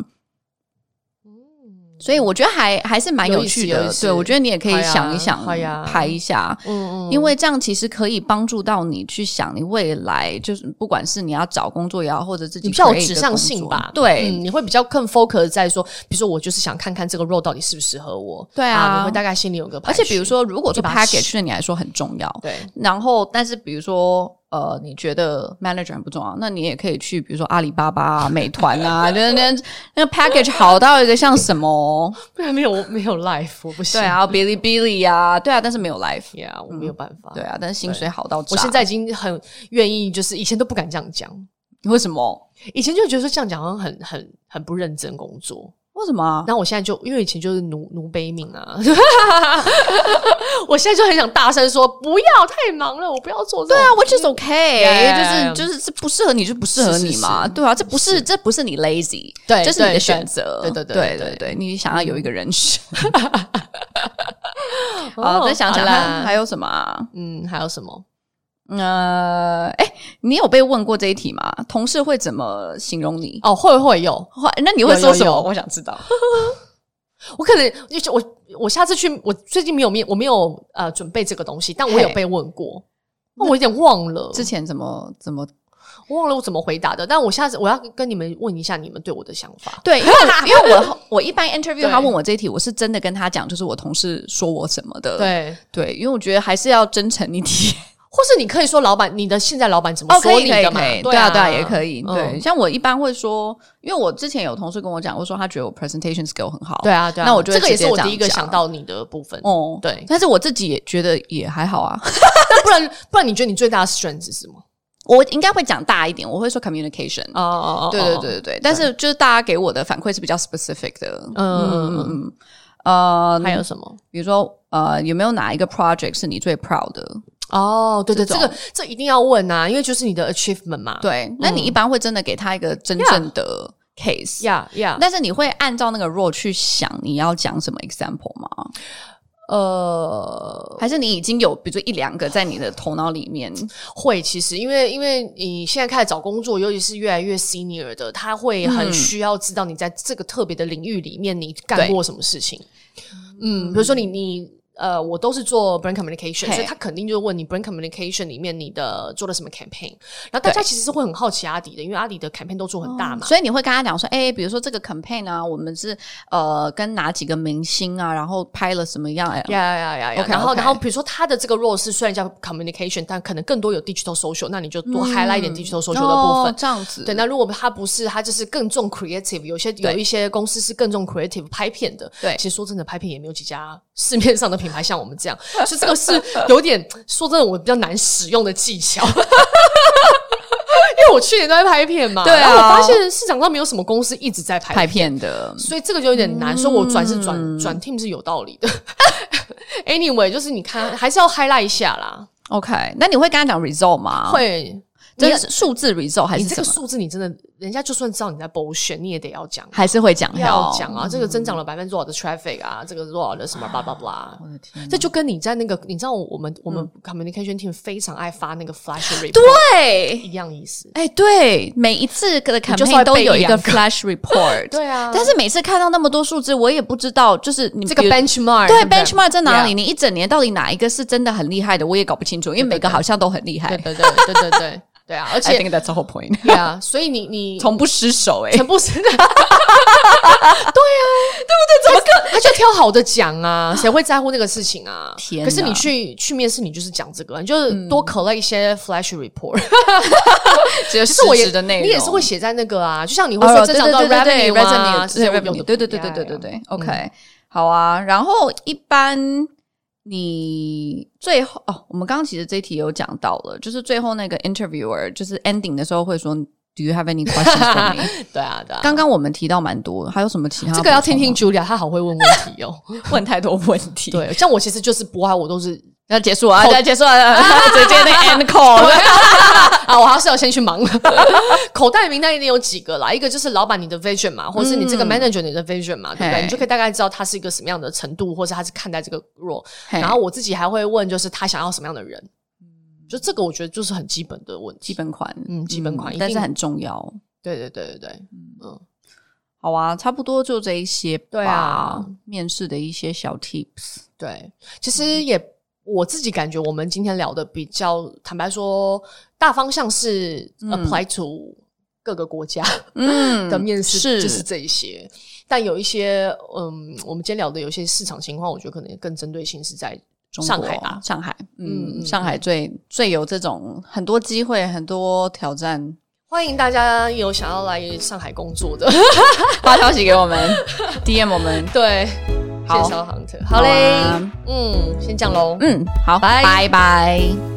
Speaker 1: 所以我觉得还还是蛮有趣
Speaker 2: 嗯有意思
Speaker 1: 的
Speaker 2: 有意，思
Speaker 1: 对我觉得你也可以
Speaker 2: 好呀
Speaker 1: 想一想
Speaker 2: 好呀，
Speaker 1: 排一下，
Speaker 2: 嗯嗯，
Speaker 1: 因为这样其实可以帮助到你去想你未来，就是不管是你要找工作也好，或者自己
Speaker 2: 你比较有
Speaker 1: create 一
Speaker 2: 指
Speaker 1: 个
Speaker 2: 向
Speaker 1: 工
Speaker 2: 性
Speaker 1: 作
Speaker 2: 吧，
Speaker 1: 对，
Speaker 2: 嗯你会比较更 focus 在说，比如说我就是想看看这个 role 到底适不适合我，
Speaker 1: 对啊
Speaker 2: 你会大概心里有个排
Speaker 1: 而
Speaker 2: 序，
Speaker 1: 且比如说，如果说
Speaker 2: 一把尺
Speaker 1: package 对你来说很重要，
Speaker 2: 对
Speaker 1: 然后但是比如说。呃，你觉得 manager 很不重要，那你也可以去，比如说阿里巴巴、啊、美团 啊，那那那 package 好到一个像什么？
Speaker 2: 不然没有没有 life 我不行，
Speaker 1: 对 啊，哔哩哔哩呀，对啊，但是没有 life，
Speaker 2: ，yeah 我没有办法，
Speaker 1: 对啊，但是薪水好到炸。
Speaker 2: 嗯我现在已经很愿意，就是以前都不敢这样讲，
Speaker 1: 为什么？
Speaker 2: 以前就觉得说这样讲好像很很很不认真工作。
Speaker 1: 为什么啊？
Speaker 2: 然后我现在就因为以前就是奴奴卑命啊， 我现在就很想大声说不要太忙了，我不要做这种。
Speaker 1: 对啊，which is okay，、
Speaker 2: Yeah, yeah, yeah.
Speaker 1: 就是就是这不适合你就不适合你嘛，
Speaker 2: 是是是
Speaker 1: 对啊，这不是这不是你 lazy，
Speaker 2: 对
Speaker 1: 这是你
Speaker 2: 对
Speaker 1: 的选择，
Speaker 2: 对对对
Speaker 1: 对
Speaker 2: 对对
Speaker 1: 对，你想要有一个人 选。
Speaker 2: 哦，
Speaker 1: 好，再想想
Speaker 2: 啦，
Speaker 1: 看还有什么、啊？
Speaker 2: 嗯，还有什么？
Speaker 1: 呃，哎、你有被问过这一题吗？同事会怎么形容你？
Speaker 2: 哦，会会有，
Speaker 1: 或那你会说什么？
Speaker 2: 有有有
Speaker 1: 我想知道。
Speaker 2: 我可能就是我我下次去，我最近没有面，我没有呃准备这个东西，但我有被问过，那我有点忘了，
Speaker 1: 之前怎么怎么？
Speaker 2: 我忘了我怎么回答的。但我下次我要跟你们问一下你们对我的想法。
Speaker 1: 对，因为因为 我我一般 interview
Speaker 2: 对
Speaker 1: 他问我这一题，我是真的跟他讲，就是我同事说我什么的。
Speaker 2: 对，
Speaker 1: 对，因为我觉得还是要真诚一点。
Speaker 2: 或是你可以说老板，你的现在老板怎么
Speaker 1: 哦，可
Speaker 2: 说
Speaker 1: 以
Speaker 2: 你
Speaker 1: 可以
Speaker 2: 的嘛？
Speaker 1: 可
Speaker 2: 对
Speaker 1: 以，对啊对啊，也可以。
Speaker 2: 嗯
Speaker 1: 对，像我一般会说，因为我之前有同事跟我讲过，说他觉得我 presentation skill 很好。
Speaker 2: 对，啊对啊。
Speaker 1: 那我就会
Speaker 2: 这个也
Speaker 1: 直
Speaker 2: 是
Speaker 1: 接
Speaker 2: 我
Speaker 1: 这样
Speaker 2: 第一个
Speaker 1: 讲
Speaker 2: 想到你的部分。
Speaker 1: 哦，
Speaker 2: 对
Speaker 1: 但是我自己也觉得也还好啊。
Speaker 2: 那不然不然，你觉得你最大的 strength 是什么？
Speaker 1: 我应该会讲大一点，我会说 communication。
Speaker 2: 哦哦哦，
Speaker 1: 对对对对对，但是就是大家给我的反馈是比较 specific 的。
Speaker 2: 嗯，嗯嗯
Speaker 1: 嗯嗯。呃，
Speaker 2: 嗯还有什么？
Speaker 1: 比如说呃，有没有哪一个 project 是你最 proud 的？
Speaker 2: 哦，对对，
Speaker 1: 这
Speaker 2: 这
Speaker 1: 种
Speaker 2: 个这一定要问啊，因为就是你的 achievement 嘛。
Speaker 1: 对，那你一般会真的给他一个真正的 case？、
Speaker 2: 呀呀，
Speaker 1: 但是你会按照那个 role 去想你要讲什么 example 吗？
Speaker 2: 呃，
Speaker 1: 还是你已经有比如说一两个在你的头脑里面？
Speaker 2: 会其实因为因为你现在开始找工作，尤其是越来越 senior 的，他会
Speaker 1: 嗯
Speaker 2: 很需要知道你在这个特别的领域里面你干过什么事情。嗯，比如说你你呃，我都是做 brand communication，
Speaker 1: 嘿
Speaker 2: 所以他肯定就问你 brand communication 里面你的做了什么 campaign，然后大家其实是会很好奇阿迪的，因为阿迪的 campaign 都做很大嘛。
Speaker 1: 所以你会跟他讲说，哎、比如说这个 campaign 啊，我们是呃跟哪几个明星啊，然后拍了什么样？哎
Speaker 2: 呀呀呀呀！
Speaker 1: OK，
Speaker 2: 然后
Speaker 1: OK
Speaker 2: 然后比如说他的这个 role 是虽然叫 communication，但可能更多有 digital social，那你就多 highlight 一点 digital social 的部分
Speaker 1: 嗯哦、。这样子，
Speaker 2: 对，那如果他不是，他就是更重 creative，有些有
Speaker 1: 对
Speaker 2: 一些公司是更重 creative 拍片的。
Speaker 1: 对
Speaker 2: 其实说真的，拍片也没有几家市面上的品牌像我们这样，所以这个是有点说真的，我比较难使用的技巧。 因为我去年都在拍片嘛，
Speaker 1: 对啊
Speaker 2: 然后我发现市场上没有什么公司一直在拍嗯
Speaker 1: 拍
Speaker 2: 片，
Speaker 1: 片的，
Speaker 2: 所以这个就有点难。所以我转是转转 team 是有道理的。anyway，就是你看，还是要 highlight 一下啦。
Speaker 1: OK，那你会跟他讲 result 吗？，
Speaker 2: 会，
Speaker 1: 这是数字 result 还
Speaker 2: 哦你
Speaker 1: 是
Speaker 2: 这个
Speaker 1: 什么？
Speaker 2: 数字，你真的，人家就算知道你在 bullshit，你也得要讲。啊
Speaker 1: 还是会讲
Speaker 2: 要讲。啊，这个增长了百分之多少的 traffic 啊，这个多少的什么巴拉巴拉，
Speaker 1: 我的天，
Speaker 2: 这就跟你在那个，你知道我们我们 communication team 非常爱发那个 flash report
Speaker 1: 对，
Speaker 2: 一样意思。
Speaker 1: 哎、对，每一次的
Speaker 2: 就稍
Speaker 1: campaign
Speaker 2: 微
Speaker 1: 都
Speaker 2: 背
Speaker 1: 有
Speaker 2: 一
Speaker 1: 一个
Speaker 2: 两个
Speaker 1: flash report，
Speaker 2: 对啊
Speaker 1: 但是每次看到那么多数字，我也不知道，就是你
Speaker 2: 这个
Speaker 1: 比如
Speaker 2: benchmark
Speaker 1: 对
Speaker 2: 不
Speaker 1: benchmark 在哪里
Speaker 2: Yeah
Speaker 1: 你一整年到底哪一个是真的很厉害的，我也搞不清楚，因为每个好像都很厉害。
Speaker 2: 对对对对对对对啊！而
Speaker 1: I
Speaker 2: 且
Speaker 1: think that's the whole point
Speaker 2: 对啊，所以你你
Speaker 1: 从不 失手、哎，
Speaker 2: 全部是对啊，对不对？怎么可他就挑好的讲啊？谁会在乎那个事情啊？
Speaker 1: 天哪
Speaker 2: 可是你去去面试，你就是讲这个，你就是多 collect 一些 flash report。
Speaker 1: 只
Speaker 2: 其实我也
Speaker 1: 的内容，
Speaker 2: 你也是会写在那个啊，就像你会
Speaker 1: 哦，
Speaker 2: 说
Speaker 1: 对
Speaker 2: 增长
Speaker 1: 对
Speaker 2: 到
Speaker 1: 对对对
Speaker 2: revenue 嗯啊，是这
Speaker 1: 对
Speaker 2: 种
Speaker 1: revenue，
Speaker 2: 有的
Speaker 1: 对对对对
Speaker 2: 啊
Speaker 1: 对对对，OK，好啊。然后一般你最后哦，我们刚刚其实这一题有讲到了，就是最后那个 interviewer 就是 ending 的时候会说，Do you have any questions for me？
Speaker 2: 对啊对啊。
Speaker 1: 刚刚我们提到蛮多，还有什么其他补充吗？
Speaker 2: 这个要听听 Julia，她好会问问题 哦。
Speaker 1: 问太多问题，
Speaker 2: 对，像我其实就是不爱，我都是
Speaker 1: 要结束啊，要结束啊，直接那 end call
Speaker 2: 啊，我还是要先去忙 了。口袋名单一定有几个啦，一个就是老板你的 vision 嘛，或者是你这个 manager 你的 vision 嘛，对不
Speaker 1: 嗯嘿
Speaker 2: 对？你就可以大概知道他是一个什么样的程度，或者他是看待这个 role。
Speaker 1: 嘿
Speaker 2: 然后我自己还会问，就是他想要什么样的人。就这个，我觉得就是很基本的问
Speaker 1: 嗯基
Speaker 2: 题。
Speaker 1: 本款，
Speaker 2: 嗯基本款一定
Speaker 1: 但是很重要。
Speaker 2: 对对对对对，嗯，
Speaker 1: 好啊，差不多就这一些吧。
Speaker 2: 对啊，
Speaker 1: 面试的一些小 tips。
Speaker 2: 对，其实
Speaker 1: 嗯
Speaker 2: 也、我自己感觉，我们今天聊的比较坦白说，大方向是 apply to 各个国家
Speaker 1: 嗯
Speaker 2: 的面试，
Speaker 1: 是
Speaker 2: 就是这一些。但有一些，嗯，我们今天聊的有一些市场情况，我觉得可能更针对性是在
Speaker 1: 中
Speaker 2: 上
Speaker 1: 国
Speaker 2: 海吧。
Speaker 1: 上海，嗯，
Speaker 2: 啊嗯嗯
Speaker 1: 上海最最有这种很多机会、很多挑战。
Speaker 2: 欢迎大家有想要来上海工作的，
Speaker 1: 发消息给我们 ，DM 我们。
Speaker 2: 对，
Speaker 1: 好
Speaker 2: 介绍 hunter，好嘞，
Speaker 1: 啊
Speaker 2: 嗯，先这样喽，
Speaker 1: 嗯，好，
Speaker 2: 拜
Speaker 1: 拜拜